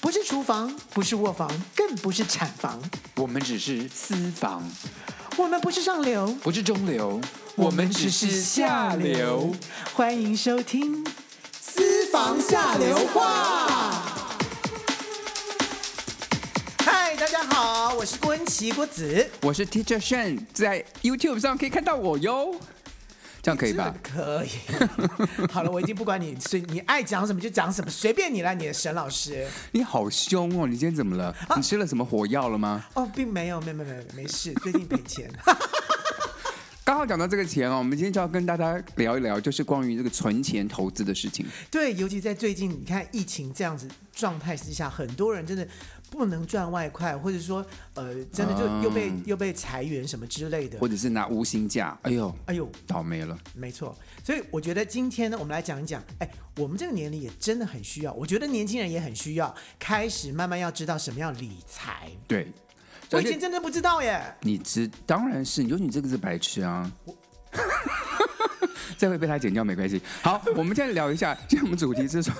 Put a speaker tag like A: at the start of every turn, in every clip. A: 不是厨房，不是卧房，更不是产房，
B: 我们只是私房，
A: 我们不是上流，
B: 不是中流，我们只是下流。。
A: 欢迎收听《私房下流话》。嗨，大家好，我是郭恩琪郭子，
B: 我是 Teacher Shen，在 YouTube 上可以看到我哟，这样可以吧？
A: 嗯可以。 好了，我已经不管你，所以你爱讲什么就讲什么，随便你啦，你的沈老师。
B: 你好凶哦！你今天怎么了？你吃了什么火药了吗？
A: 哦，并没有，没有没有没有没事，最近赔钱。
B: 刚好讲到这个钱哦，我们今天就要跟大家聊一聊，就是关于这个存钱投资的事情。
A: 对，尤其在最近，你看疫情这样子状态之下，很多人真的不能赚外快，或者说，呃，真的就又被、又被裁员什么之类的
B: 或。者是拿无薪假，哎呦，
A: 哎呦，
B: 倒霉了。
A: 没错，所以我觉得今天呢，我们来讲一讲，哎，我们这个年龄也真的很需要，我觉得年轻人也很需要，开始慢慢要知道什么样理财。
B: 对，
A: 我
B: 而
A: 以前
B: 且
A: 真的不知道耶，
B: 你知，当然是，你说你这个是白痴啊。 这会被他剪掉没关系。好， 我们现在聊一下，今天我们主题是说，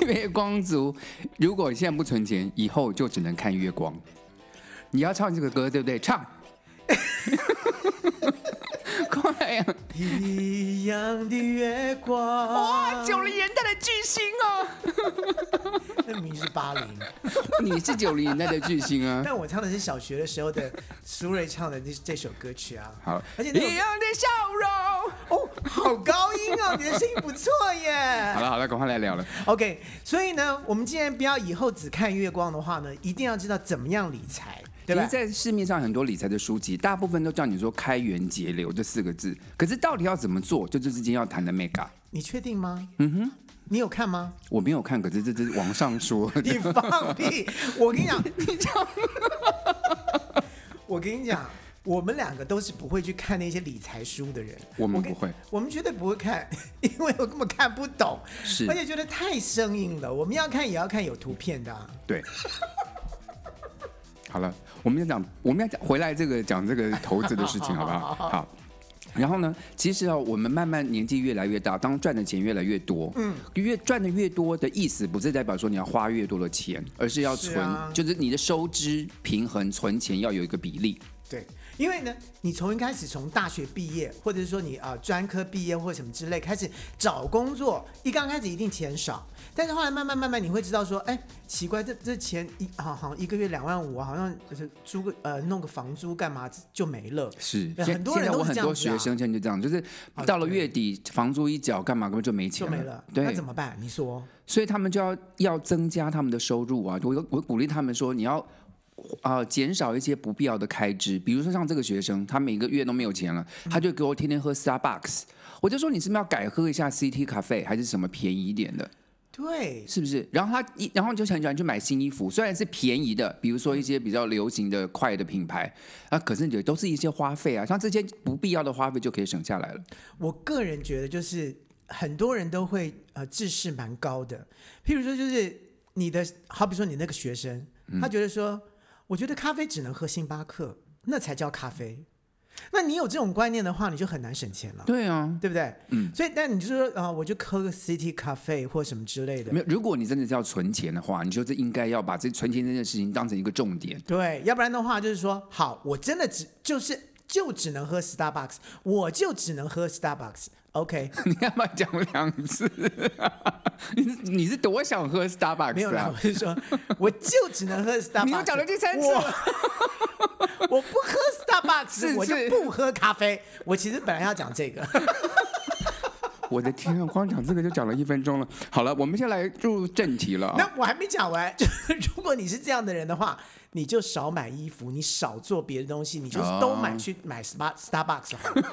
B: 因为光族，如果你现在不存钱，以后就只能看月光。你要唱这个歌对不对？唱， 快呀、
A: 一样的月光。
B: 哇，九零年代的巨星哦，
A: 那明明是八零，
B: 你是九零年代的巨星啊。
A: 但我唱的是小学的时候的苏芮唱的这这首歌曲啊。
B: 好，
A: 而且那
B: 一
A: 种
B: 样的笑容。
A: 哦，好高音哦，你的声音不错
B: 好
A: 耶。
B: 了好了，赶快来聊了。
A: OK，所以呢，我们既然不要以后只看月光的话呢，一定要知道怎么样理财，对
B: 其
A: 吧
B: 实，？在市面上很多理财的书籍，大部分都叫你说“开源节流”这四个字。可是到底要怎么做，就这之间要谈的 mega。
A: 你确定吗？嗯哼，你有看 吗？
B: 我没有看，可是这这是网 上说
A: 你放屁！我跟你讲，你知道吗？ 我跟你讲，我们两个都是不会去看那些理财书的人，
B: 我们
A: 跟
B: 不会，
A: 我们绝对不会看， 因为我根本看不懂，
B: 是
A: 而且觉得太生硬了。我们要看也要看有图片的、啊。
B: 对。好了，我们要讲，我们要讲回来这个讲这个投资的事情，好 不好？好。然后呢，其实啊、我们慢慢年纪越来越大，当赚的钱越来越多，嗯，越赚的越多的意思，不是代表说你要花越多的钱，而是要
A: 是
B: 存，
A: 啊
B: 就是你的收支平衡，存钱要有一个比例。
A: 对，因为呢，你从一开始从大学毕业，或者是说你啊、呃专科毕业或什么之类，开始找工作，一刚开始一定钱少，但是后来慢慢慢慢你会知道说，哎，奇怪，这这钱一好好一个月两万五，好像就是租个呃弄个房租干嘛就没了。
B: 是，
A: 对
B: 现
A: 很多
B: 现
A: 人
B: 在
A: 都
B: 我
A: 是
B: 很
A: 这
B: 多
A: 样子啊啊
B: 学生现在就这样，就是到了月底，房租一缴，干嘛根本就没
A: 就
B: 钱
A: 没了，那
B: 对
A: 怎，么办？你说
B: 所以他们就要要增加他们的收入啊。我我鼓励他们说，你要啊减少一些不必要的开支，比如说像这个学生，他每个月都没有钱了，
A: 嗯
B: 他就给我天天喝 Starbucks，我就说你是不是要改喝一下 CT 咖啡，还是什么便宜一点的？
A: 对，
B: 是不是？然后他一，然后就很喜欢去买新衣服，虽然是便宜的，比如说一些比较流行的快的品牌啊，可是也都是一些花费啊，像这些不必要的花费就可以省下来了。
A: 我个人觉得就是很多人都会呃自视蛮高的，譬如说就是你的，好比说你那个学生，
B: 嗯
A: 他觉得说，我觉得咖啡只能喝星巴克，那才叫咖啡。那你有这种观念的话，你就很难省钱了，
B: 对啊，
A: 对不对？嗯。所以，但你就说啊、呃我就喝个 City 咖啡或什么之类的
B: 没，有，如果你真的是要存钱的话，你就是应该要把这存钱这件事情当成一个重点。
A: 对，要不然的话就是说，好，我真的只就是就只能喝 Starbucks，我就只能喝 Starbucks，OK，、
B: 你要不要讲两次？ 你是你是多想喝 Starbucks 啊？
A: 没有啦，我是说，我就只能喝 Starbucks。
B: 你又讲了第三次
A: 我
B: 了，
A: 我 不喝 Starbucks，
B: 是
A: 我就是哦不喝咖啡。我其实本来要讲这个，
B: 我的天啊！光讲这个就讲了一分钟了。好了，我们先来入正题了啊。
A: 那我还没讲完。 就是如果你是这样的人的话，你就少买衣服，你少做别的东西，你就是都买
B: 哦
A: 去买 Star Starbucks 好了。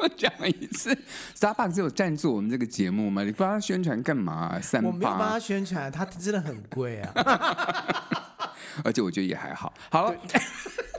B: 我讲一次，Starbucks 有赞助我们这个节目吗？你帮他宣传干嘛、散
A: 我没有帮
B: 发
A: 他，宣传，它真的很贵啊。
B: 而且我觉得也还好。好了。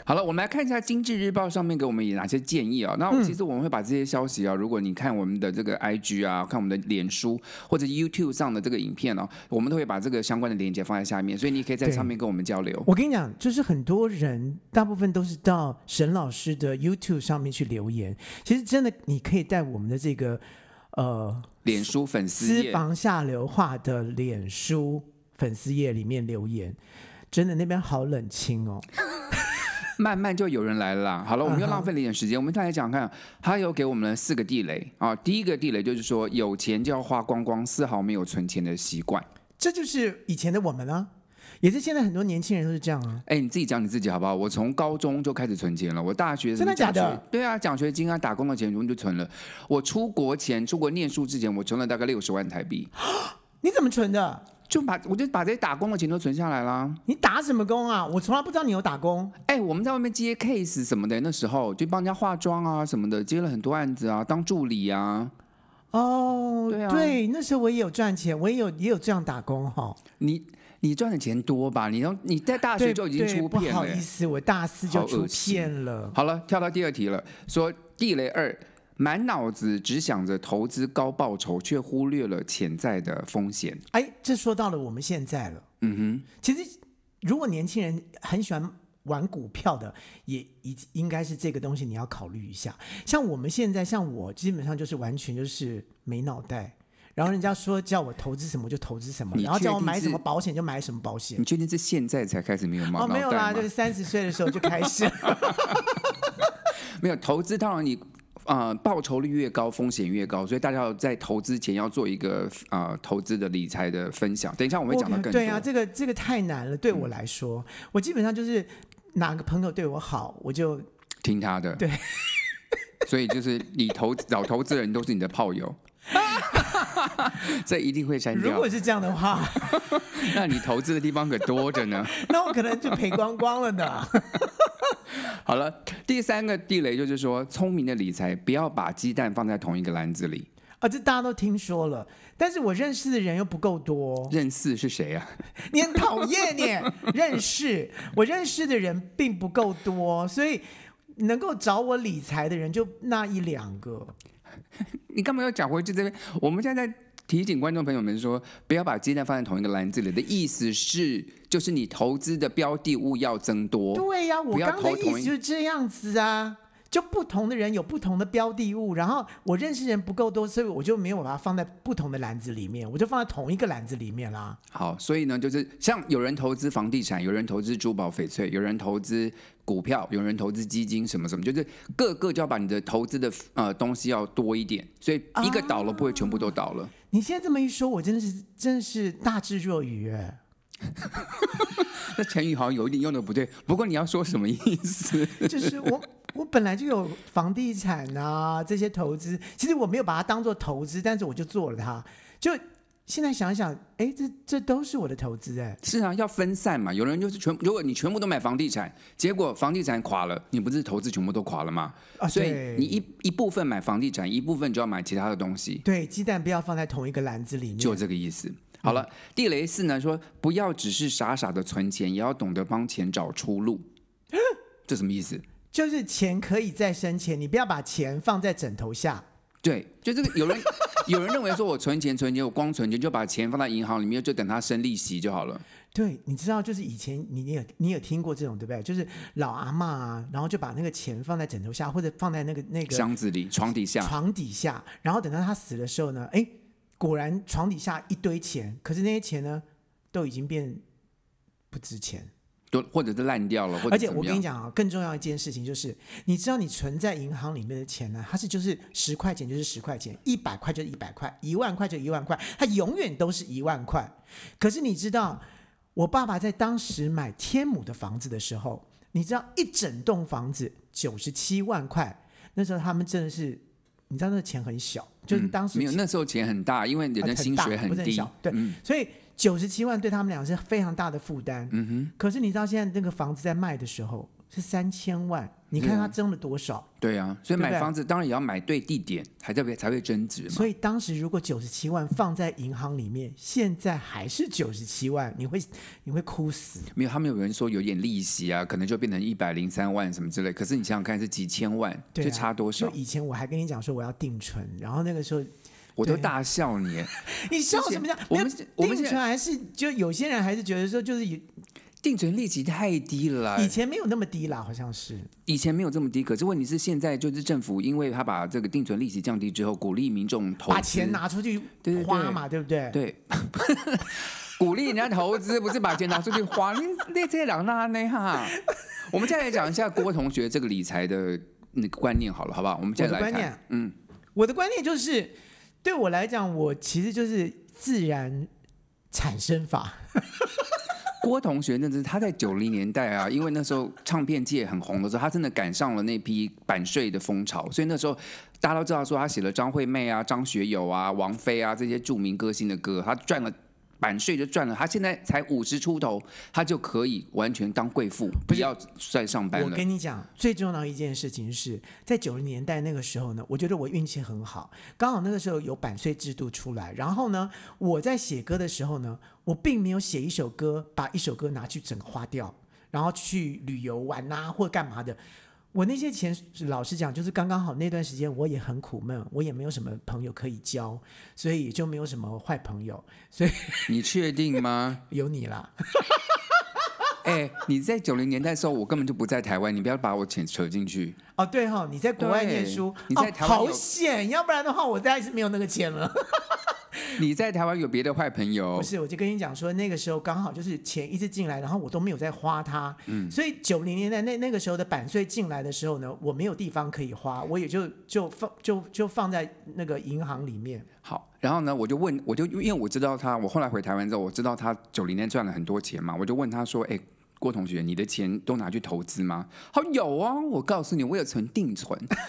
B: 好了，我们来看一下《经济日报》上面给我们有哪些建议啊、
A: 嗯
B: 那其实我们会把这些消息啊，如果你看我们的这个 IG 啊，看我们的脸书或者 YouTube 上的这个影片哦、我们都会把这个相关的链接放在下面，所以你可以在
A: 对
B: 上面跟我们交流。
A: 我跟你讲，就是很多人大部分都是到沈老师的 YouTube 上面去留言。其实真的，你可以在我们的这个呃
B: 脸书粉丝
A: 私
B: 页，
A: 房下流话的脸书粉丝页里面留言，真的那边好冷清哦。
B: 慢慢就有人来了啦。好了，我们又
A: 嗯哼
B: 浪费了一点时间，我们再来讲看，他有给我们了四个地雷啊。第一个地雷就是说，有钱就要花光光，丝毫没有存钱的习惯。
A: 这就是以前的我们啊，也是现在很多年轻人都是这样啊。
B: 哎，你自己讲你自己好不好？我从高中就开始存钱了，我大学
A: 真的
B: 什么奖
A: 假的
B: 学？对啊，奖学金啊，打工的钱全部就存了。我出国前，出国念书之前，我存了大概六十万台币，
A: 你怎么存的？
B: 就把我就把这些打工的钱都存下来啦。
A: 你打什么工啊？我从来不知道你有打工。
B: 哎、我们在外面接 case 什么的，那时候就帮人家化妆啊什么的，接了很多案子啊，当助理啊。
A: 哦，
B: 对啊
A: 那时候我也有赚钱，我也有也有这样打工哈、
B: 你你赚的钱多吧？你要你在大学
A: 对
B: 就已经
A: 对
B: 出
A: 不
B: 片
A: 好
B: 了
A: 意
B: 耶。
A: 思，我大四就
B: 好
A: 出
B: 恶心
A: 片了。
B: 好了，跳到第二题了，说地雷二，满脑子只想着投资高报酬，却忽略了潜在的风险。
A: 哎，这说到了我们现在了。
B: 嗯
A: 其实，如果年轻人很喜欢玩股票的，也已应该是这个东西你要考虑一下。像我们现在，像我基本上就是完全就是没脑袋。然后人家说叫我投资什么就投资什么，
B: 你
A: 然后叫我
B: 确定
A: 买什么
B: 是
A: 保险就买什么保
B: 哼，
A: 险
B: 你。确定是现在才开始没有毛
A: 哦，没有
B: 脑袋
A: 啦，
B: 吗
A: 就是三十岁的时候就开始。
B: 没有投资，当然你。呃，报酬率越高，风险越高，所以大家要在投资前要做一个呃投资的理财的分享。等一下 我们会讲的更 多。
A: 对啊，这个这个太难了，对我来说，我基本上就是哪个朋友对我好，我就
B: 听他的。
A: 对。
B: 所以就是你投找投资人都是你的 炮友，这一定会删
A: 如
B: 掉
A: 果。是这样的话，
B: 那你投资的地方可多着呢。
A: 那我可能就赔光光了呢。
B: 好了，第三个地雷就是说，聪明的理财不要把鸡蛋放在同一个篮子里。
A: 啊，这大家都听说了，但是我认识的人又不够多，
B: 任四是谁啊？
A: 你很讨厌耶。认识我认识的人并不够多，所以能够找我理财的人就那一两个。
B: 你干嘛要讲回去这边？我们现在在提醒观众朋友们说，不要把鸡蛋放在同一个篮子里的意思是，就是你投资的标的物要增多。
A: 对呀、我
B: 不要
A: 刚的
B: 投
A: 意
B: 同
A: 思
B: 一
A: 就是这样子啊。就不同的人有不同的标的物，然后我认识人不够多，所以我就没有把它放在不同的篮子里面，我就放在同一个篮子里面啦。
B: 好，所以呢，就是像有人投资房地产，有人投资珠宝翡翠，有人投资股票，有人投资基金，什么什么，就是各个就要把你的投资的呃东西要多一点，所以一个倒了不会全部都倒了。
A: 你现在这么一说，我真的是真的是大智若愚哎。
B: 那成语好像有一点用的不对，不过你要说什么意思？
A: 就是我我本来就有房地产啊这些投资，其实我没有把它当做投资，但是我就做了它。就现在想想，哎，这这都是我的投资哎。
B: 是啊，要分散嘛。有人就是全，如果你全部都买房地产，结果房地产垮了，你不是投资全部都垮了吗？
A: 啊，
B: 所以
A: 对
B: 你一一部分买房地产，一部分就要买其他的东西，
A: 对鸡蛋不要放在同一个篮子里面。
B: 就这个意思。好了，地雷四呢说，不要只是傻傻的存钱，也要懂得帮钱找出路。 这什么意思？
A: 就是钱可以再生钱，你不要把钱放在枕头下。
B: 对，就这个有人 有人认为说我存钱存钱，我光存钱就把钱放在银行里面，就等它生利息就好了。
A: 对，你知道，就是以前你你有你有听过这种对不对？就是老阿嬷啊，然后就把那个钱放在枕头下，或者放在那个那个
B: 箱子里、床底下，
A: 床底下，然后等到他死的时候呢，哎，果然床底下一堆钱，可是那些钱呢，都已经变不值钱。
B: 都或者是烂掉了，或者
A: 而且
B: 怎么
A: 我
B: 样
A: 跟你讲啊，更重要一件事情就是，你知道你存在银行里面的钱呢，它是就是十块钱就是十块钱，一百块就是一百块，一万块就一万块，它永远都是一万块。可是你知道，我爸爸在当时买天母的房子的时候，你知道一整栋房子九十七万块，那时候他们真的是，你知道那钱很小，就是
B: 嗯
A: 当时
B: 没有那时候钱很大，因为人家
A: 啊
B: 薪水
A: 大不是
B: 低。
A: 小对，
B: 嗯
A: 所以九十七万对他们俩是非常大的负担。
B: 嗯哼，
A: 可是你知道现在那个房子在卖的时候是三千万，你
B: 啊
A: 看它增了多少？
B: 对啊，所
A: 对
B: 以
A: 不
B: 买
A: 对
B: 房子当然也要买对地点，才特别才会增值嘛。
A: 所以当时如果九十七万放在银行里面，现在还是九十七万，你会你会哭死。
B: 没有，他们有人说有点利息啊，可能就变成一百零三万什么之类。可是你想想看，是几千万，
A: 对啊
B: 就差多
A: 就
B: 少？
A: 以前我还跟你讲说我要定存，然后那个时候
B: 我都
A: 对啊
B: 大笑你。
A: 你笑什么笑？
B: 我们
A: 没有
B: 我们
A: 定
B: 现
A: 存
B: 在
A: 还是就有些人还是觉得说就是以
B: 定存利息太低了
A: 以
B: 啦，
A: 前没有那么低啦，好像是。
B: 以前没有这么低。可是问题是现在就是政府，因为他把这个定存利息降低之后，鼓励民众投资，
A: 把钱拿出去
B: 对对对
A: 花嘛，对不对？
B: 对，鼓励人家投资，不是把钱拿出去花。你那这两那 那哈，我们再来讲一下郭同学这个理财的那个观念好了，好不好？我们
A: 我
B: 再
A: 的
B: 来
A: 观
B: 看，
A: 念，
B: 嗯，
A: 我的观念就是，对我来讲，我其实就是自然产生法。
B: 郭同学那是他在九零年代啊，因为那时候唱片界很红的时候，他真的赶上了那批版税的风潮，所以那时候大家都知道说他写了张惠妹啊、张学友啊、王菲啊这些著名歌星的歌，他赚了。版税就赚了，他现在才五十出头，他就可以完全当贵妇，不要再上班
A: 我
B: 了。
A: 跟你讲，最重要的一件事情是在九十年代那个时候呢，我觉得我运气很好，刚好那个时候有版税制度出来，然后呢，我在写歌的时候呢，我并没有写一首歌，把一首歌拿去整个花掉，然后去旅游玩呐、或干嘛的。我那些钱，老实讲，就是刚刚好那段时间，我也很苦闷，我也没有什么朋友可以交，所以也就没有什么坏朋友，
B: 你确定吗？
A: 有你啦。
B: 哎、你在九零年代的时候，我根本就不在台湾，你不要把我扯扯进去。
A: 哦，对哈、你在国外念
B: 对
A: 书，
B: 你在
A: 哦
B: 台湾有
A: 好险，要不然的话，我大概是没有那个钱了。
B: 你在台湾有别的坏朋友
A: 不，是，我就跟你讲说，那个时候刚好就是钱一直进来，然后我都没有在花它，所以九零年代那那个时候的版税进来的时候呢，我没有地方可以花，我也就就放就就放在那个银行里面。
B: 好，然后呢，我就问，我就因为我知道他，我后来回台湾之后，我知道他九零年赚了很多钱嘛，我就问他说，哎、郭同学，你的钱都拿去投资吗？好有啊，我告诉你，我有存定存。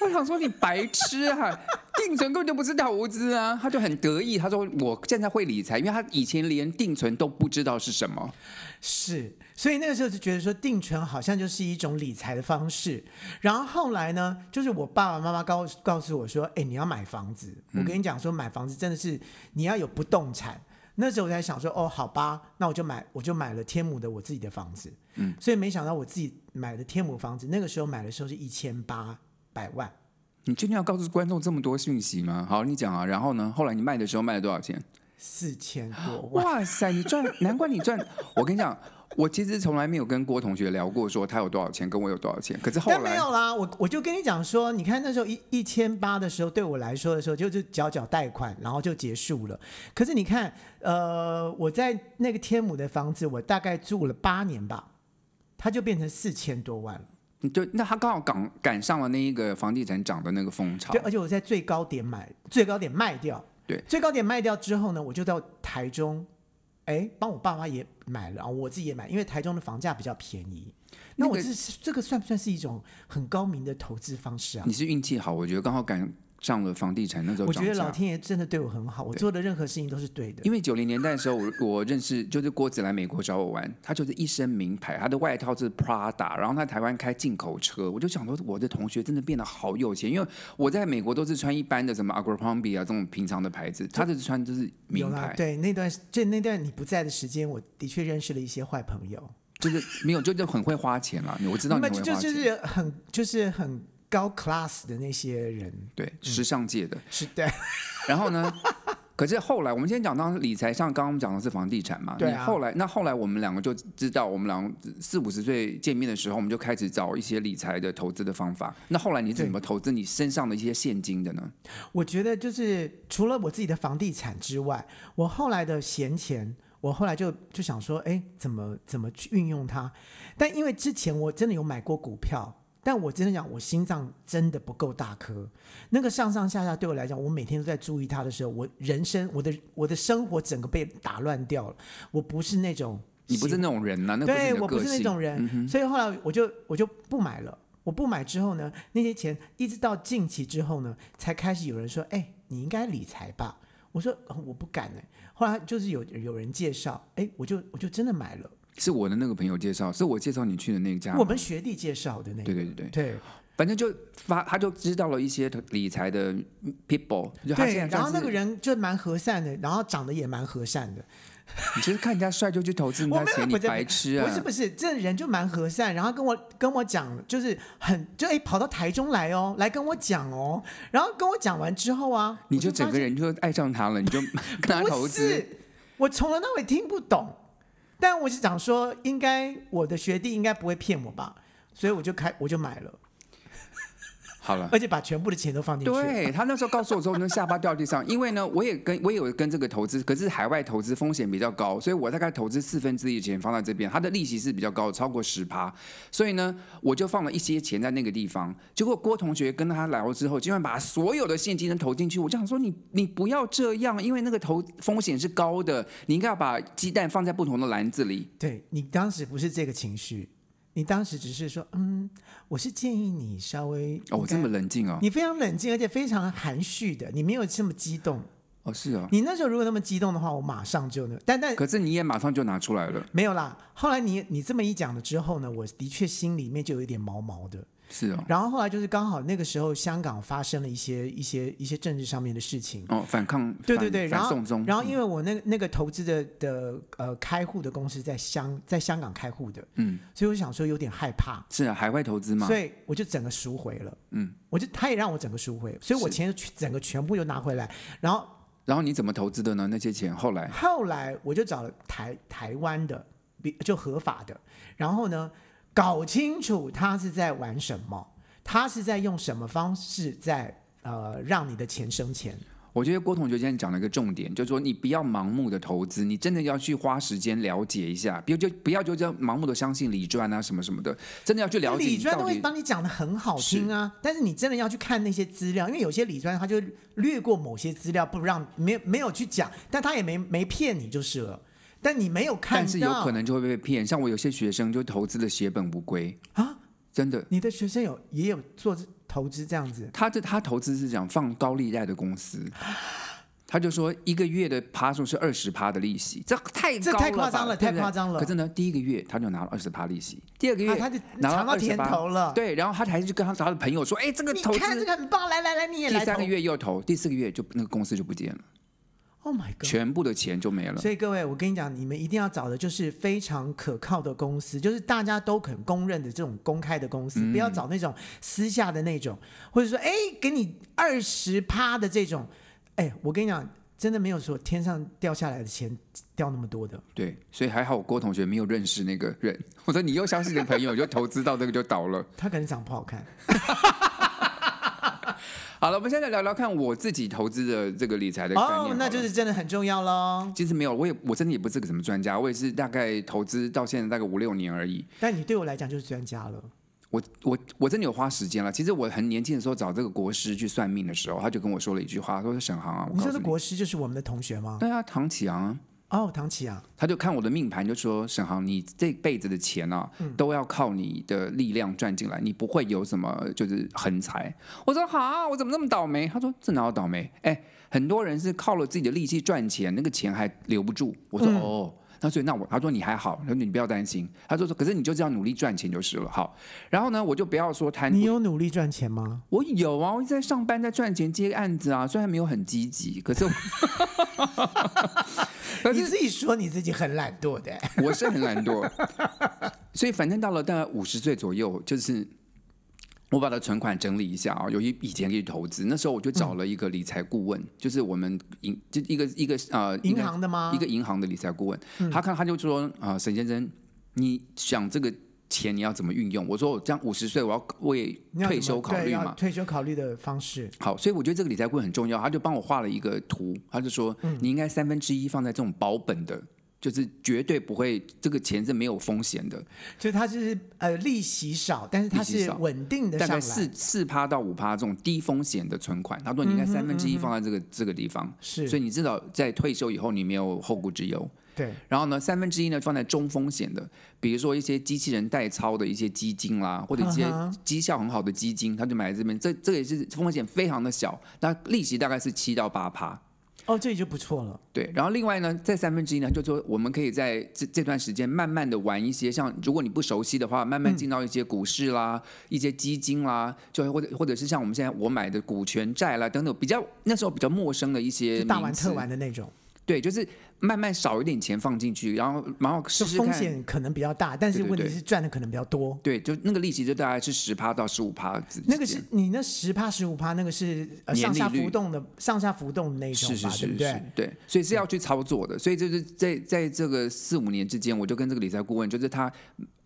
B: 我想说你白痴啊，定存根本就不是投资啊！他就很得意，他说我现在会理财，因为他以前连定存都不知道是什么。
A: 是，所以那个时候就觉得说定存好像就是一种理财的方式。然后后来呢，就是我爸爸妈妈告诉告诉我说，哎，你要买房子。我跟你讲说，买房子真的是你要有不动产。那时候我才想说，哦，好吧，那我就买，我就买了天母的我自己的房子。嗯，所以没想到我自己买的天母房子，那个时候买的时候是一千八百万。
B: 你真的要告诉观众这么多讯息吗？好，你讲啊。然后呢？后来你卖的时候卖了多少钱？
A: 四千多万，
B: 哇塞，你赚， 难怪你赚。我跟你讲，我其实从来没有跟郭同学聊过说他有多少钱，跟我有多少钱。可是后
A: 但没
B: 来，
A: 有啦，我我就跟你讲说，你看那时候一一千八的时候，对我来说的时候，就是缴缴贷款，然后就结束了。可是你看，呃，我在那个天母的房子，我大概住了八年吧，它就变成四千多万了。
B: 你就那他刚好赶赶上了那一个房地产涨的那个风潮
A: 对，。而且我在最高点买，最高点卖掉。
B: 对，
A: 最高点卖掉之后呢，我就到台中，哎，帮我爸妈也买了，然后哦我自己也买，因为台中的房价比较便宜。那
B: 那
A: 我
B: 个
A: 这是这个算不算是一种很高明的投资方式啊？
B: 你是运气好，我觉得刚好赶上了房地产那时候
A: 我
B: 涨
A: 觉得老
B: 价。
A: 天爷真的对我很好，我做的任何事情都是对的。
B: 因为九零年代的时候，我我认识就是郭子来美国找我玩，他就是一身名牌，他的外套是 Prada，然后他台湾开进口车，我就想说我的同学真的变得好有钱，因为我在美国都是穿一般的什么 Abercrombie 啊这种平常的牌子，他就是穿就是
A: 有
B: 名
A: 啦，
B: 牌，
A: 对那段就那段你不在的时间，我的确认识了一些坏朋友。
B: 就是没有就是很会花钱啦，我知道
A: 那
B: 你
A: 么
B: 很会
A: 就
B: 花
A: 就
B: 钱，
A: 是很就是很高 class 的那些人，
B: 对时尚界的，
A: 是的，
B: 然后呢？可是后来，我们先讲到理财上，刚刚我们讲的是房地产嘛。
A: 对啊
B: 你后来，那后来我们两个就知道，我们两个四五十岁见面的时候，我们就开始找一些理财的投资的方法。那后来你是怎么投资你身上的一些现金的呢？
A: 我觉得就是除了我自己的房地产之外，我后来的闲钱，我后来就就想说，哎，怎么怎么去运用它？但因为之前我真的有买过股票，但我真的讲，我心脏真的不够大颗，那个上上下下对我来讲，我每天都在注意它的时候，我人生我的我的生活整个被打乱掉了。我不是那种
B: 你不是那种人呐、啊那不是
A: 对
B: 你的
A: 我不
B: 个
A: 是那
B: 性。嗯
A: 种人，所以后来我就我就不买了。我不买之后呢，那些钱一直到近期之后呢，才开始有人说：“哎、你应该理财吧。”我说：“呃我不敢呢、后来就是有有人介绍，哎、我就我就真的买了，
B: 是我的那个朋友介绍，是我介绍你去的那家。
A: 我们学弟介绍的那个。
B: 对对啊对对，
A: 对
B: 反正就发，他就知道了一些理财的 people，就他现在
A: 对，然后
B: 算
A: 那
B: 是
A: 个人就蛮和善的，然后长得也蛮和善的，
B: 你就是看人家帅就去投资人
A: 我
B: 家
A: 没有
B: 钱，你
A: 不是
B: 白痴啊！
A: 不是不是，这人就蛮和善，然后跟我跟我讲，就是很就哎、跑到台中来哦，来跟我讲哦，然后跟我讲完之后啊，
B: 你
A: 我
B: 就整
A: 发
B: 个
A: 现
B: 人就爱上他了， 你就跟他投
A: 不
B: 资
A: 是。，我从头到尾听不懂，但我是想说，应该我的学弟应该不会骗我吧，所以我就开我就买了。
B: 好了。
A: 而且把全部的钱都放进去。
B: 嗯对他那时候告诉我之后，那下巴掉地上，因为呢，我也跟我也有跟这个投资，可是海外投资风险比较高，所以我大概投资四分之一的钱放在这边，它的利息是比较高的，超过十趴，所以呢，我就放了一些钱在那个地方。结果郭同学跟他聊之后，竟然把所有的现金都投进去，我就想说你你不要这样，因为那个投风险是高的，你应该要把鸡蛋放在不同的篮子里。
A: 对你当时不是这个情绪，你当时只是说，嗯，我是建议你稍微
B: 哦，我这么冷静哦，
A: 你非常冷静，而且非常含蓄的，你没有这么激动。
B: 哦是哦，
A: 你那时候如果那么激动的话，我马上就能。但但
B: 可是你也马上就拿出来了，
A: 没有啦。后来你你这么一讲了之后呢，我的确心里面就有一点毛毛的。
B: 是哦，
A: 然后后来就是刚好那个时候香港发生了一些一些一些政治上面的事情。
B: 哦反抗，
A: 对对对，
B: 反
A: 然
B: 反
A: 后
B: 送中，嗯
A: 然后因为我那那个投资的的呃开户的公司在香在香港开户的，
B: 嗯。
A: 所以我想说有点害怕，
B: 是啊，海外投资嘛，
A: 所以我就整个赎回了。
B: 嗯，
A: 我就他也让我整个赎回，所以我
B: 是
A: 钱全整个全部就拿回来。然后
B: 然后你怎么投资的呢？那些钱后来
A: 后来我就找了台台湾的，比就合法的，然后呢搞清楚他是在玩什么，他是在用什么方式在呃让你的钱生钱。
B: 我觉得郭同学今天讲了一个重点，就是说你不要盲目的投资，你真的要去花时间了解一下，不要就不要就这样盲目的相信李专啊什么什么的，真的要去了解
A: 理
B: 你
A: 专都
B: 到
A: 会
B: 底。
A: 帮你讲的很好听啊，但是你真的要去看那些资料，因为有些理专他就略过某些资料，不让没有没有去讲，但他也没没骗你就是了。但你没有看到，
B: 但是有可能就会被骗，像我有些学生就投资的血本无归
A: 啊，
B: 真的。
A: 你的学生有也有做投资这样子，
B: 他这他投资是讲放高利贷的公司，他就说一个月的趴数是二十趴的利息，这太
A: 这
B: 高
A: 太
B: 了
A: 夸
B: 吧
A: 张了
B: 对
A: 太
B: 不对
A: 夸张了
B: 可是呢，第一个月他就拿了二十趴利息，第二个月、
A: 啊，他就
B: 拿到
A: 尝到甜
B: 28
A: 头了。
B: 对，然后他还是跟他他的朋友说，哎，这个
A: 你
B: 投
A: 看这
B: 资
A: 个很棒，来来来，你也
B: 第
A: 来
B: 三
A: 投
B: 个。月又投，第四个月就那个公司就不见了，
A: Oh my god！
B: 全部的钱就没了。
A: 所以各位，我跟你讲，你们一定要找的就是非常可靠的公司，就是大家都肯公认的这种公开的公司，
B: 嗯
A: 不要找那种私下的那种，或者说哎给你二十趴的这种。哎，我跟你讲，真的没有说天上掉下来的钱掉那么多的。
B: 对，所以还好我郭同学没有认识那个人。我说你又相信你的朋友，你就投资到这个就倒了。
A: 他可能长得不好看，
B: 好了，我们现在聊聊看我自己投资的这个理财的概念好
A: 哦
B: 了。，
A: 那就是真的很重要喽。
B: 其实没有，我也我真的也不是个什么专家，我也是大概投资到现在大概五六年而已。
A: 但你对我来讲就是专家了。
B: 我我我真的有花时间了。其实我很年轻的时候找这个国师去算命的时候，他就跟我说了一句话，他说沈航啊，我
A: 你
B: 告
A: 说
B: 诉
A: 的
B: 你，
A: 国师就是我们的同学吗？
B: 对啊，唐启阳啊，
A: 哦，唐琪啊，
B: 他就看我的命盘，就说沈航，你这辈子的钱啊，都要靠你的力量赚进来，你不会有什么就是横财。我说好，我怎么那么倒霉？他说这哪有倒霉？哎，很多人是靠了自己的力气赚钱，那个钱还留不住。我说、哦。那所以那我他说你还好，他说你不要担心，他说说可是你就这样努力赚钱就是了。好，然后呢哎我就不要说贪，
A: 你有努力赚钱吗？
B: 我有啊，我一直在上班在赚钱接案子啊，虽然没有很积极，可是我可
A: 你
B: 是
A: 自己说你自己很懒惰的、
B: 我是很懒惰，所以反正到了大概五十岁左右，就是我把它存款整理一下啊、有一笔钱可以投资。那时候我就
A: 嗯
B: 找了一个理财顾问，就是我们银就一个一个呃 一
A: 银
B: 个
A: 行嗯的吗？
B: 一个银行的理财顾问，他看他就说啊、呃沈先生，你想这个钱你要怎么运用？我说我这样五十岁我要为
A: 你要
B: 退
A: 怎么
B: 休考
A: 对
B: 虑
A: 要
B: 嘛，
A: 退休考虑的方式，
B: 好，所以我觉得这个理财顾问很重要，他就帮我画了一个图，他就说、
A: 嗯
B: 你应该三分之一放在这种保本的，就是绝对不会这个钱是没有风险的，
A: 就是它就是呃利息少，但是它
B: 利息
A: 是
B: 少
A: 稳定的
B: 大
A: 上
B: 概
A: 来。
B: 四四趴到五趴这种低风险的存款。他说你
A: 嗯
B: 应该三分之一放在这个、这个地方，
A: 是
B: 所以你呃至少在退休以后你没有后顾之忧。
A: 对，
B: 然后呢，三分之一呢放在中风险的，比如说一些机器人代操的一些基金啦，或者一些
A: 嗯哼
B: 绩效很好的基金，他就买在这边，这这个也是风险非常的小，那利息大概是七到八趴。
A: 哦，这里就不错了。
B: 对，然后另外呢，在三分之一呢，就说我们可以在这这段时间慢慢的玩一些，像如果你不熟悉的话，慢
A: 嗯
B: 慢进到一些股市啦、一些基金啦，就或者或者是像我们现在我买的股权债啦等等，比较那时候比较陌生的一些
A: 就大玩
B: 名词
A: 特玩的那种，
B: 对，就是慢慢少一点钱放进去，然后然后试
A: 就
B: 试
A: 风
B: 看。
A: 险可能比较大，但是
B: 对对
A: 问题
B: 对
A: 是赚的可能比较多。
B: 对，就那个利息就大概是十趴到十五趴之间。
A: 那个是你那十趴十五趴，那个是、呃、
B: 年
A: 上
B: 利
A: 下
B: 率
A: 浮动的，上下浮动的那种
B: 是
A: 吧，
B: 是是
A: 对嗯
B: 是
A: 不对？
B: 对，所以是要去操作的。所以就是在在这个四五年之间，我就跟这个理财顾问，就是他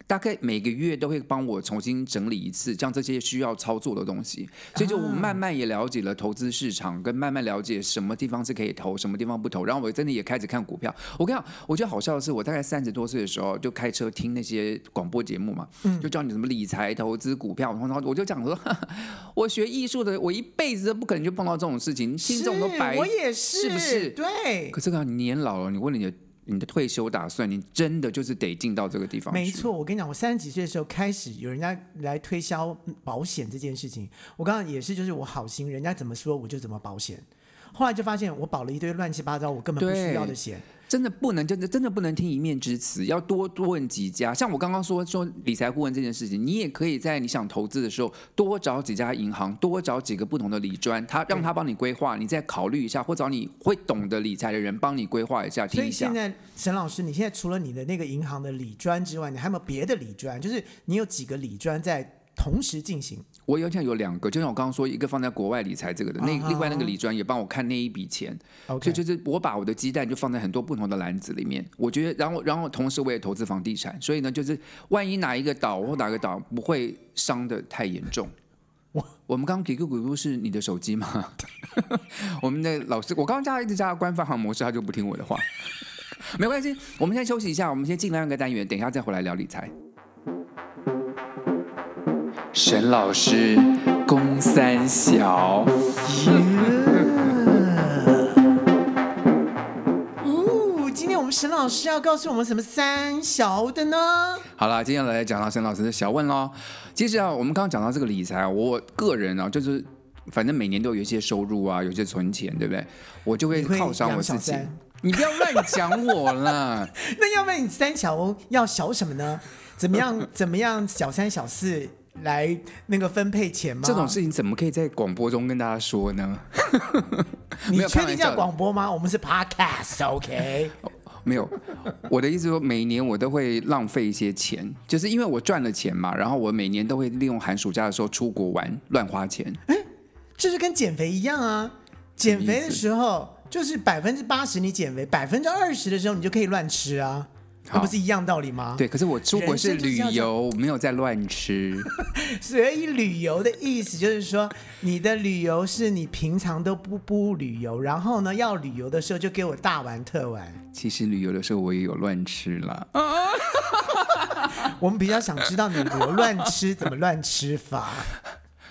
B: 大概每个月都会帮我重新整理一次，像这些需要操作的东西。所以就
A: 啊
B: 我慢慢也了解了投资市场，跟慢慢了解什么地方是可以投，什么地方不投。然后我真的也开始看股票。我跟你讲，我觉得好笑的是，我大概三十多岁的时候就开车听那些广播节目嘛，
A: 嗯
B: 就教你什么理财、投资、股票，然后我就讲说， 哈哈我学艺术的，我一辈子都不可能去碰到这种事情，听这种都白
A: 是我也是，
B: 是不是
A: 对，
B: 可是啊，你年老了，你为了你的你的退休打算，你真的就是得进到这个地方去。
A: 没，错，我跟你讲，我三十几岁的时候开始有人家来推销保险这件事情，我刚刚也是，就是我好心，人家怎么说我就怎么保险。后来就发现我保了一堆乱七八糟我根本不需要的险，
B: 真的不能，真的真的不能听一面之词，要多问几家。像我刚刚说说理财顾问这件事情，你也可以在你想投资的时候多找几家银行，多找几个不同的理专，他让他帮你规划，你再考虑一下，或找你会懂得理财的人帮你规划一下，
A: 所
B: 听一
A: 以
B: 下
A: 现。在沈老师，你现在除了你的那个银行的理专之外，你还有没有别的理专？就是你有几个理专在同时进行？
B: 我有像有两个，就像我刚刚说，一个放在国外理财这个的，那
A: 啊哈
B: 另外那个理专也帮我看那一笔钱，所
A: OK，
B: 以就是我把我的鸡蛋就放在很多不同的篮子里面，我觉得，然后然后同时我也投资房地产，所以呢，就是万一哪一个倒或哪个倒不会伤的太严重。
A: 哇
B: 我我们刚刚给个鬼故是你的手机吗？ 我们的老师，我刚刚叫他一直加官方行模式，他就不听我的话。没关系，我们先休息一下，我们先进另外一个单元，等一下再回来聊理财。沈老师，公三小。
A: 嗯哦，今天我们沈老师要告诉我们什么三小的呢？
B: 好啦，接下来讲到沈老师的小问喽。其实啊，我们刚刚讲到这个理财啊，我个人啊，就是反正每年都有一些收入啊，有一些存钱，对不对？我就会
A: 你会
B: 犒赏我
A: 养小
B: 自己
A: 三。
B: 你不要乱讲我啦！
A: 那要不然你三小要小什么呢？怎么 样？怎么样？小三、小四来那个分配钱吗？
B: 这种事情怎么可以在广播中跟大家说呢？
A: 你
B: 没有
A: 确
B: 开玩
A: 定
B: 笑
A: 叫
B: 的
A: 广播吗？我们是 podcast，OK？、
B: 没有，我的意思说，每年我都会浪费一些钱，就是因为我赚了钱嘛，然后我每年都会利用寒暑假的时候出国玩，乱花钱。
A: 啊这是跟减肥一样啊。减肥的时候就是百分之八十你减肥，百分之二十的时候你就可以乱吃啊，那
B: 好
A: 不是一样道理吗？，
B: 对，可是我出国是
A: 人生就是
B: 旅
A: 要这样
B: 游，没有在乱吃。
A: 所以旅游的意思就是说，你的旅游是你平常都不不旅游，然后呢要旅游的时候就给我大玩特玩。
B: 其实旅游的时候我也有乱吃啦。
A: 我们比较想知道你怎么乱吃，怎么乱吃 法。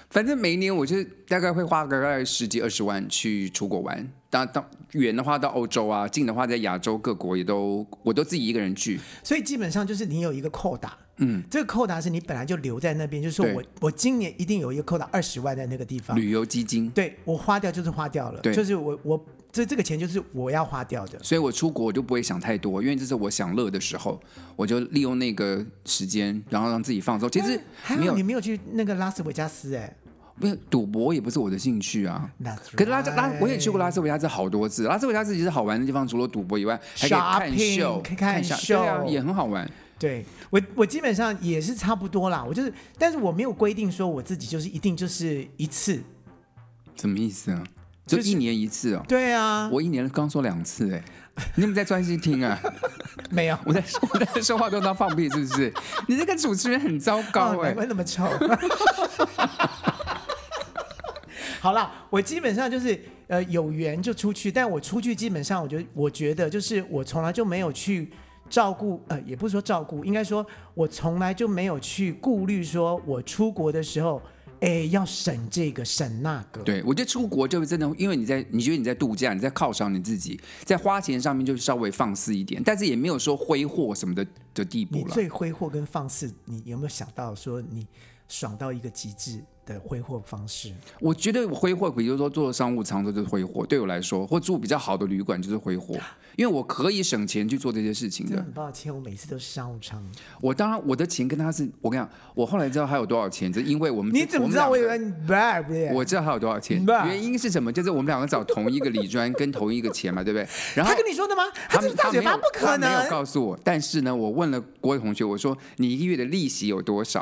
B: 反正每一年我就是大概会花个大概十几二十万去出国玩，当当远的话到欧洲啊，近的话在亚洲各国也都我都自己一个人去。
A: 所以基本上就是你有一个扣打，嗯，这个扣打是你本来就留在那边，就是说
B: 对
A: 我我今年一定有一个扣打二十万在那个地方，
B: 旅游基金，
A: 对我花掉就是花掉了，
B: 对
A: 就是我我这这个钱就是我要花掉的。
B: 所以我出国我就不会想太多，因为这是我享乐的时候，我就利用那个时间，然后让自己放松。其实
A: 还
B: 没
A: 好
B: 有
A: 你没有去那个拉斯维加斯哎、
B: 没有赌博也不是我的兴趣啊。
A: 那
B: 可是拉拉我也去过拉斯维加斯好多次，拉斯维加斯其实好玩的地方，除了赌博以外，还可以看
A: Shopping，
B: 秀，
A: 看
B: 秀，
A: 秀
B: 对啊，也很好玩。
A: 对我我基本上也是差不多啦，我就是，但是我没有规定说我自己就是一定就是一次，
B: 什么意思啊？就
A: 就是
B: 一年一次哦。
A: 对啊，
B: 我一年刚说两次哎、你有没有在专心听 啊？
A: 没有，
B: 我在我在说话都当放屁是不是？你这个主持人很糟糕
A: 哦
B: 哎、
A: 难怪那么丑。好啦，我基本上就是呃有缘就出去，但我出去基本上我就我觉得就是我从来就没有去照顾，呃，也不是说照顾，应该说我从来就没有去顾虑说我出国的时候，哎，要省这个省那个。
B: 对，我觉得出国就真的，因为你在你觉得你在度假，你在犒赏你自己，在花钱上面就稍微放肆一点，但是也没有说挥霍什么的的地
A: 你
B: 步了。
A: 最挥霍跟放肆，你有没有想到说你爽到一个极致的挥霍方式？
B: 我觉得挥霍，比如说坐商务舱就是挥霍，对我来说，或住比较好的旅馆就是挥霍，因为我可以省钱去做这些事情
A: 真的
B: 的。
A: 很抱歉，我每次都是商务舱。
B: 我当然我的钱跟他是，我跟你讲，我后来知道他有多少钱，这因为我们
A: 你怎么知道？
B: 我
A: 我
B: 们
A: 以
B: 两个
A: 为你不爱不对？
B: 我知道他有多少钱
A: 明，白
B: 原因是什么？就是我们两个找同一个理专跟同一个钱嘛，对不对？然后
A: 他跟你说的吗？
B: 他
A: 这
B: 们
A: 是大嘴巴，
B: 他没
A: 不
B: 有
A: 可
B: 他没有
A: 能。
B: 告诉我。但是呢，我问了郭同学，我说你一个月的利息有多少？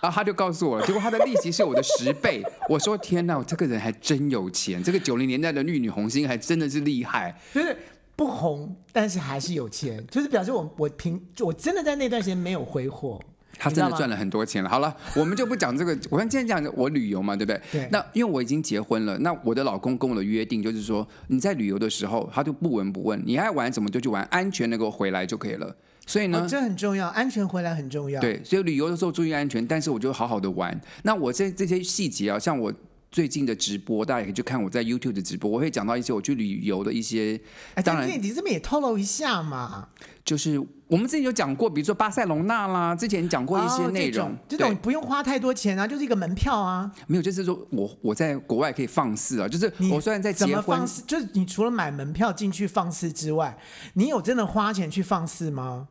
B: 啊，他就告诉我了。结果他的利息是我的十倍。我说天哪，这个人还真有钱。这个九零年代的绿女红星还真的是厉害。
A: 就是不红，但是还是有钱，就是表示我我平我真的在那段时间没有挥霍。
B: 他真的赚了很多钱了。好了， 我们就不讲这个。我看现在讲我旅游嘛，对不对？
A: 对
B: 那因为我已经结婚了，那我的老公跟我的约定就是说，你在旅游的时候，他就不闻不问，你爱玩什么就去玩，安全能够回来就可以了。所以呢，
A: 哦，这很重要，安全回来很重要。，
B: 对，所以旅游的时候注意安全，但是我就好好的玩。那我这这些细节啊，像我最近的直播，大家也可以去看我在 YouTube 的直播，我会讲到一些我去旅游的一些，
A: 哎，
B: 当
A: 但
B: 然
A: 是你这边也透露一下嘛，
B: 就是我们之前有讲过，比如说巴塞隆纳啦，之前讲过一些
A: 哦
B: 内容，
A: 这种这
B: 对
A: 种不用花太多钱啊，就是一个门票啊。
B: 没有，就是说我我在国外可以放肆啊，就是
A: 你
B: 我虽然在
A: 怎
B: 结
A: 么
B: 婚
A: 放，肆？就是你除了买门票进去放肆之外，你有真的花钱去放肆吗？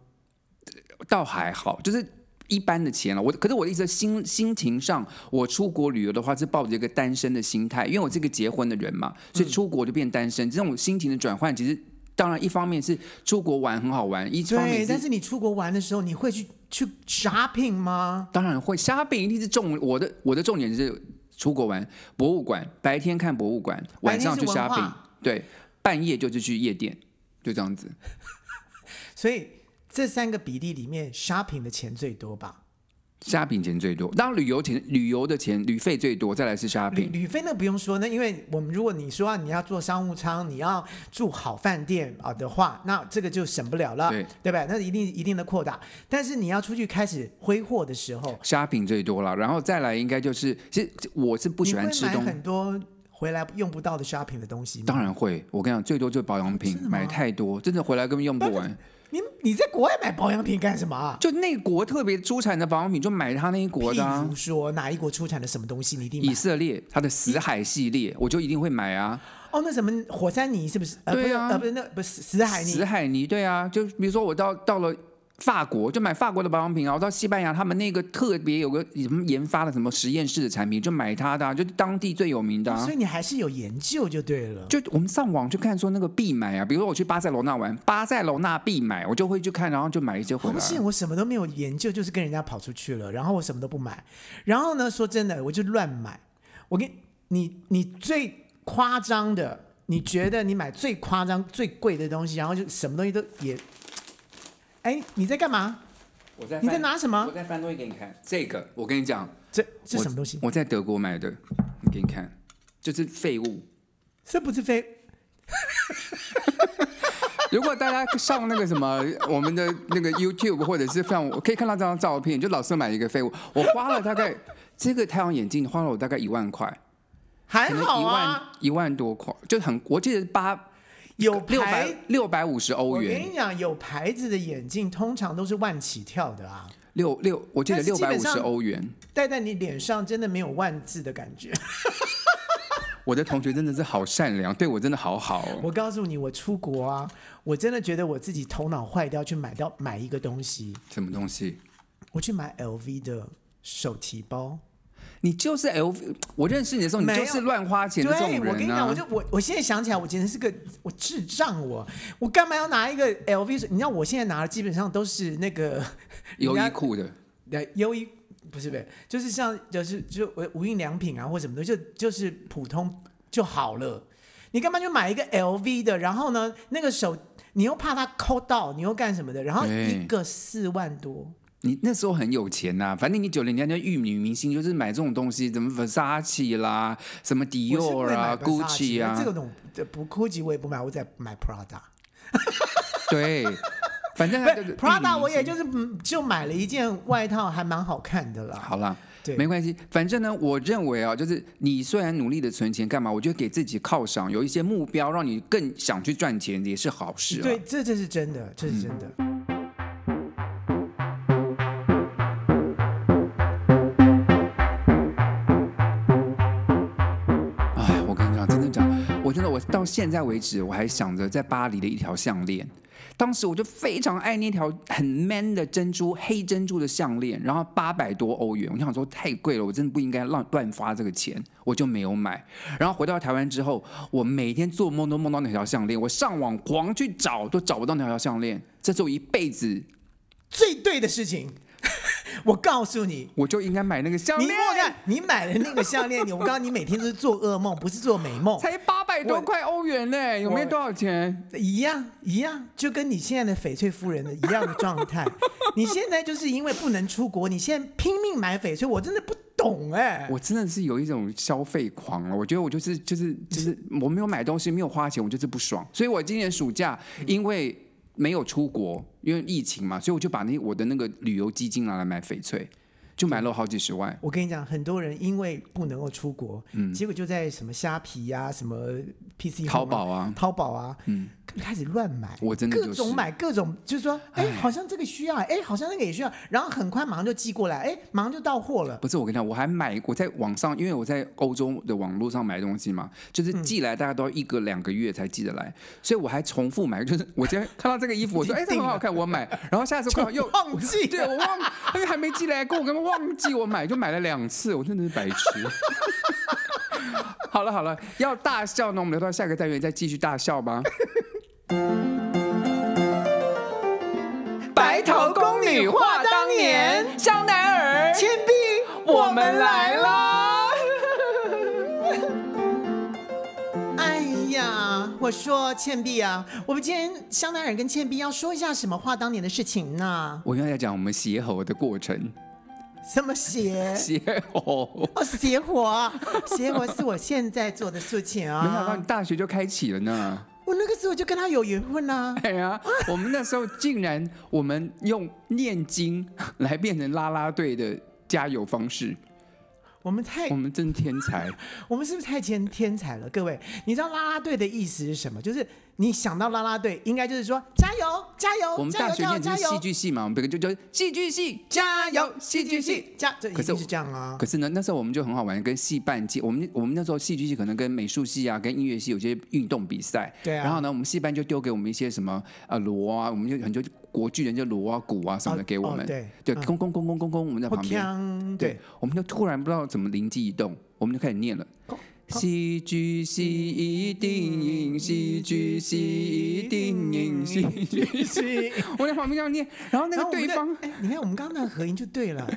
B: 倒还好，就是。一般的钱了，我可是我的意思，心心情上，我出国旅游的话是抱着一个单身的心态，因为我是一个结婚的人嘛，所
A: 嗯
B: 以出国就变单身。这种心情的转换，其实当然一方面是出国玩很好玩，一方
A: 对，
B: 面
A: 但
B: 是
A: 是你出国玩的时候，你会去去 shopping 吗？
B: 当然会 shopping 一定是重我的我的重点是出国玩，博物馆白天看博物馆，晚上去
A: 白天是文化
B: shopping，对，半夜就是去夜店，就这样子。
A: 所以这三个比例里面，shopping 的钱最多吧？
B: 虾饼钱最多，当然旅游钱、旅游的钱、旅费最多，再来是虾
A: 旅
B: 饼。
A: 旅费那不用说，那因为我们如果你说啊你要坐商务舱，你要住好饭店啊的话，那这个就省不了了，
B: 对
A: 对吧？那一定一定的扩大。但是你要出去开始挥霍的时候，
B: 虾饼最多了，然后再来应该就是，其实我是不喜欢吃
A: 你会
B: 东
A: 买很多回来用不到的 shopping 的东西吗？
B: 当然会，我跟你讲，最多就是保养品
A: 哦真的，吗
B: 买太多，真的回来根本用不完。
A: 你你在国外买保养品干什么啊？
B: 就那国特别出产的保养品，就买他那一国的、
A: 譬
B: 啊
A: 如。说哪一国出产的什么东哎西，你一定
B: 以
A: 买。
B: 色列，它的死海系列，我就一定会买啊。
A: 哦，那什么火山泥是不是？呃、
B: 对啊
A: 不是呃，不是那不是死海泥
B: 死。海泥，对啊，就比如说我到到了法国，就买法国的保养品啊，我到西班牙，他们那个特别有个什么研发的什么实验室的产品，就买它的、啊，就是当地最有名的、啊。
A: 所以你还是有研究就对了。
B: 就我们上网去看说那个必买啊，比如说我去巴塞罗那玩，巴塞罗那必买，我就会去看，然后就买一些回
A: 好
B: 来。
A: 险，我什么都没有研究，就是跟人家跑出去了，然后我什么都不买。然后呢，说真的，我就乱买。我跟你，你最夸张的，你觉得你买最夸张、最贵的东西，然后就什么东西都也……哎，你在干嘛？
B: 我在
A: 你在拿什么？
B: 在翻东西给你看。这个我跟你讲，
A: 这这
B: 我
A: 什么东西？
B: 我在德国买的，你给你看，就是废物。
A: 这不是非
B: 如果大家上那个什么我们的那个 YouTube 或者是放，我可以看到这张照片，就老是买一个废物。我花了大概 这个太阳眼镜花了我大概一万块，
A: 还
B: 可能
A: 好
B: 一万、
A: 啊，
B: 一万多块，就很我记得八
A: 有
B: 六百
A: 牌。
B: 六百五十
A: 我
B: 欧
A: 跟
B: 元，
A: 你讲，有牌子的眼镜通常都是万起跳的啊，
B: 六六我记得
A: 但是
B: 六
A: 基
B: 百
A: 本
B: 五
A: 上
B: 十欧元。
A: 戴在你脸上真的没有万字的感觉。
B: 我的同学真的是好善良，对我真的好好、哦。
A: 我告诉你，我出国啊，我真的觉得我自己头脑坏掉，去买到买一个东西，
B: 什么东西？
A: 我去买 LV 的手提包。
B: 你就是 L，我认识你的时候，你
A: 没有
B: 就是乱花钱
A: 对，
B: 的这种
A: 我跟你
B: 人
A: 讲，
B: 啊
A: 我！就我我现在想起来，我简直是个我智障我，我干嘛要拿一个 LV？手你知道我现在拿的基本上都是那个
B: 优
A: 人
B: 衣
A: 家
B: 库的，
A: 来优衣。不是不
B: 嗯
A: 是，就是像就是就无印良品啊或什么的，就就是普通就好了。你干嘛就买一个 LV 的？然后呢，那个手你又怕它抠到，你又干什么的？然后
B: 对
A: 一个四万多，
B: 你那时候很有钱呐、反正你九零年代玉女明星就是买这种东西，什么 Versace 啦，什么
A: 我是不
B: Dior
A: 会买
B: 啊
A: Versace
B: ，Gucci
A: 的
B: 啊，
A: 这个种不 Gucci 我也不买，我在买 Prada。
B: 对，反正
A: 不
B: 它就是
A: 是 Prada，
B: 玉女明星
A: 我也就是嗯就买了一件外套，还蛮好看的啦。
B: 好啦。
A: 对，
B: 啊没关系，反正呢，我认为啊，就是你虽然努力的存钱干嘛，我觉得给自己犒赏，有一些目标，让你更想去赚钱，也是好事、啊。嗯
A: 对，这这是真的，这是真的。
B: 哎，
A: 嗯
B: 我跟你讲，真的讲，我真的我到现在为止，我还想着在巴黎的一条项链。当时我就非常爱那条很 man 的珍珠，黑珍珠的项链，然后八百多欧元，我想说太贵了，我真的不应该乱乱花这个钱，我就没有买。然后回到台湾之后，我每天做梦都梦到那条项链，我上网狂去找，都找不到那条项链。这是我一辈子，
A: 最对的事情， 我告诉你，
B: 我就应该买那个项
A: 你
B: 链，
A: 我看你买的那个项链，你我告诉你，每天都是做噩梦，不是做美梦。
B: 才八百百多块欧元呢、有没有多少钱？
A: 一样一样，就跟你现在的翡翠夫人的一样的状态。你现在就是因为不能出国，你现在拼命买翡翠，我真的不懂哎、
B: 我真的是有一种消费狂了，我觉得我就是就是 就是我没有买东西，没有花钱，我就是不爽。所以我今年暑假
A: 嗯
B: 因为没有出国，因为疫情嘛，所以我就把那我的那个旅游基金拿来买翡翠，就买了好几十万。
A: 我跟你讲，很多人因为不能够出国，结果就在什么虾皮呀、什么 PC、
B: 嗯淘、宝啊，
A: 淘宝啊，开始乱买。
B: 我真的
A: 各
B: 就是
A: 种买，各种就是说，哎，好像这个需要，哎，好像那个也需要，然后很快马上就寄过来，哎，马上就到货了。
B: 不是我跟你讲，我还买我在网上，因为我在欧洲的网络上买东西嘛，
A: 嗯
B: 就是寄来大概都要一个两个月才寄得来，所以我还重复买，就是我今天看到这个衣服，我 说哎、
A: 已经
B: 这
A: 定
B: 很好看，我买，然后下次看到又
A: 忘 记
B: 对我忘， 因为还没寄来过，我根本忘记我买，就买了两次，我真的是白痴。 好了好了，要大笑呢，我们留到下个单元再继续大笑吧。白头宫女话当年，香奈儿，
A: 铅笔，
B: 我们来
A: 了。
B: 啦！
A: 哎呀，我说倩碧啊，我们今天香奈儿跟倩碧要说一下什么话当年的事情呢？
B: 我跟大家讲我们邪猴的过程，
A: 什么邪？
B: 邪猴。
A: 哦，邪火，邪火是我现在做的事情
B: 没想到
A: 啊
B: 你！大学就开启了呢！
A: 我那个时候就跟他有缘分 啊。
B: 哎呀，我们那时候竟然我们用念经来变成啦啦队的加油方式，
A: 我们太
B: 我，们真天才！
A: 我们是不是太天天才了？各位，你知道啦啦队的意思是什么？就是你想到啦啦队，应该就是说加油，加油，
B: 我们
A: 加
B: 大
A: 油，
B: 学
A: 加油，
B: 念的
A: 加
B: 是戏
A: 油，
B: 剧系嘛，我们本个就叫戏剧系， 加油，戏剧系。
A: 加，这一
B: 可是
A: 定
B: 我
A: 是这样啊。
B: 可是呢，那时候我们就很好玩，跟戏办接，我们我们那时候戏剧系可能跟美术系啊，跟音乐系有些运动比赛，
A: 对啊
B: 然后呢，我们戏班就丢给我们一些什么呃锣啊，我们就很多国剧人就锣啊、鼓啊什么的
A: 哦
B: 给我
A: 哦
B: 们，
A: 对啊
B: 对，
A: 嗯
B: 空空空空空空，我们在
A: 我
B: 旁边，
A: 锵，
B: 对
A: 对，，
B: 我们就突然不知道怎么灵机一动，我们就开始念了
A: 空。空
B: 戏剧系一定赢，戏剧系一定赢，戏剧系。
A: 是。
B: 我在旁边这样念，然后那
A: 然后
B: 个
A: 我们
B: 对
A: 的
B: 方，
A: 哎，你看我们刚刚那个合音就对了，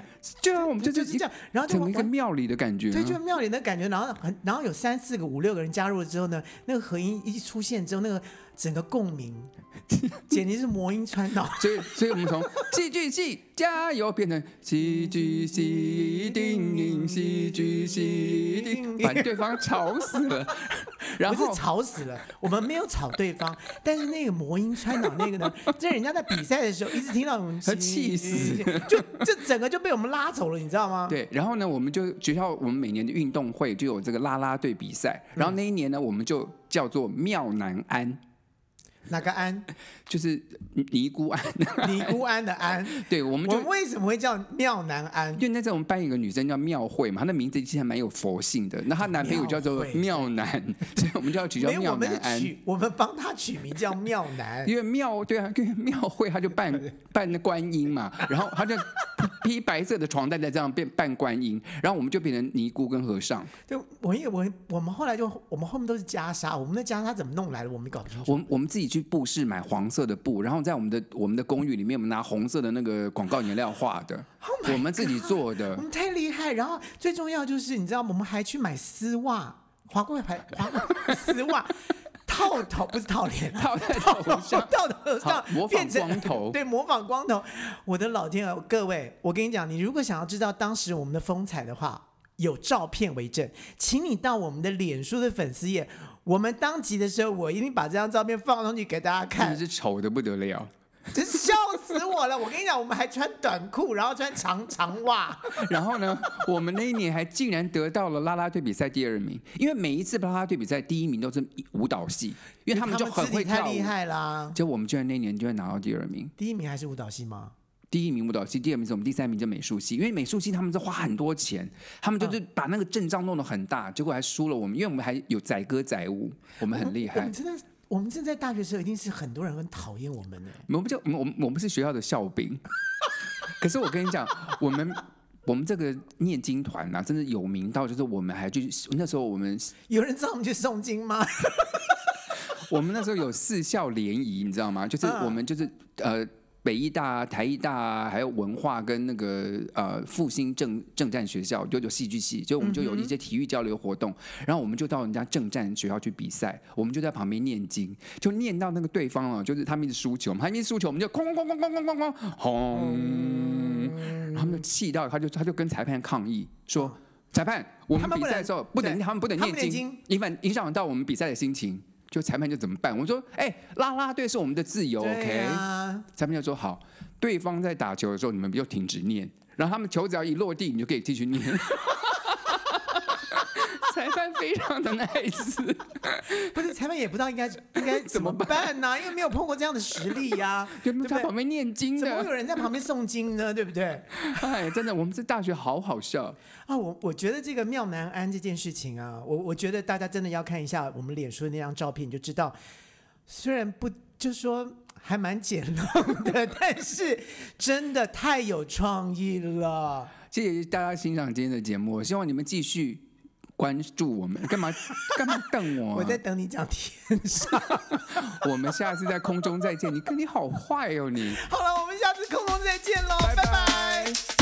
B: 对啊，我们就
A: 就是是这样，然 后就
B: 整个一个
A: 往
B: 庙里的感觉啊。
A: 对，就庙里的感觉，然后很，然后有三四个、五六个人加入了之后呢，那个合音一出现之后，那个整个共 鸣，简直是魔音穿脑。
B: 所以，所以我 们从戏剧系加油变成戏剧系一定赢，戏剧系一定赢，把对方吵死了。 然
A: 不
B: 后
A: 是吵死了，我们没有吵对方，但是那个魔音穿脑那个 呢，这人家在比赛的时候一直听到我们
B: 他气死，
A: 就这整个就被我们拉走了，你知道吗？
B: 对，然后呢，我们就学校我们每年的运动会就有这个啦啦队比赛，然
A: 嗯
B: 后那一年呢，我们就叫做妙南安，
A: 哪个安？
B: 就是尼姑庵。
A: 尼姑庵的庵，
B: 对，我
A: 我
B: 们就
A: 们为什么会叫妙南庵？
B: 因为那时候我们班有个女生叫妙慧嘛，她的名字其实还蛮有佛性的。那她男朋友叫做妙男，所以我们就要取叫
A: 没有，我
B: 妙
A: 们
B: 男
A: 是
B: 安。
A: 取，我们帮他取名叫妙南。
B: 因为妙对啊，因为庙会他就扮扮那观音嘛，然后他就披 白色的床单在这样变扮观音，然后我们就变成尼姑跟和尚。
A: 就我也我我们后来就我们后面都是袈裟，我们的袈裟怎么弄来的，我们搞不清楚。
B: 我们我们自己去布市买黄色的布，然后在我们的我们的公寓里面，我们拿红色的那个广告颜料画的
A: Oh my
B: 我们自己做的
A: 我。们太厉害，然后最重要就是你知道，我们还去买丝袜，华贵牌华贵丝 袜，套头不是套脸啊，
B: 套在头 上，
A: 套头上
B: 好模仿
A: 变成
B: 光头
A: 对，模仿光头。我的老天鹅，各位，我跟你讲，你如果想要知道当时我们的风采的话，有照片为证，请你到我们的脸书的粉丝页。我们当集的时候，我一定把这张照片放上去给大家
B: 真
A: 看
B: 的。是丑的不得了。
A: 真笑死我了！我跟你讲，我们还穿短裤，然后穿长长袜，
B: 然后呢，我们那一年还竟然得到了啦啦队比赛第二名，因为每一次啦啦队比赛第一名都是舞蹈系，因为他们就很
A: 肢
B: 会
A: 体太
B: 跳舞
A: 厉。害啦。
B: 结果我们居然那一年居然拿到第二名，
A: 第一名还是舞蹈系吗？
B: 第一名舞蹈系，第二名是我们第三名就美术系，因为美术系他们是花很多钱，他们就是把那个阵仗弄得很大，结果还输了我们，因为我们还有载歌载舞，我们很厉
A: 我
B: 害
A: 们。真的，我们真的在大学时候一定是很多人很讨厌我们的。
B: 我们不就我们我们我们是学校的校兵， 可是我跟你讲，我们我们这个念经团啊，真的有名到就是我们还去那时候我们
A: 有人知道我们去诵经吗？
B: 我们那时候有四校联谊，你知道吗？就是
A: 嗯
B: 我们就是呃。北医大、啊、台医大、啊，还有文化跟那个呃复兴政政战学校就有戏剧系，就我们就有
A: 嗯
B: 一些体育交流活动，然后我们就到人家政战学校去比赛，我们就在旁边念经，就念到那个对方啊，就是他们一直输球，他们一直输球，我们就哐哐哐哐哐哐哐轰，
A: 嗯
B: 然后他们就气到，他就他就跟裁判抗议说，裁判，我
A: 哦他们
B: 们比
A: 不
B: 赛
A: 能
B: 的时候不能
A: 对
B: 他们不能
A: 他
B: 念
A: 们
B: 经
A: 念经，
B: 影响影响到我们比赛的心情。就裁判就怎么办？我说，哎、啦啦队是我们的自由
A: 对
B: ，OK。
A: 啊，
B: 裁判就说好，对方在打球的时候，你们就停止念，然后他们球只要一落地，你就可以继续念。 裁判非常的 nice，
A: 不是裁判也不知道应该 应该怎么办呢、因为没有碰过这样的实力呀、 对
B: 有没
A: 不
B: 有在
A: 对？
B: 旁边念经
A: 怎么会
B: 的？
A: 有人在旁边诵经呢？对不对？
B: 哎，真的，我们这大学好好笑。
A: 啊，我我觉得这个妙南安这件事情啊，我我觉得大家真的要看一下我们脸书的那张照片，你就知道，虽然不就说还蛮简陋的，但是真的太有创意了。
B: 谢谢大家欣赏今天的节目，希望你们继续关注我们。干嘛干嘛瞪我啊、
A: 我在等你讲天上。
B: 我们下次在空中再见。你跟你好坏哦你，
A: 好了，我们下次空中再见喽，拜拜
B: 拜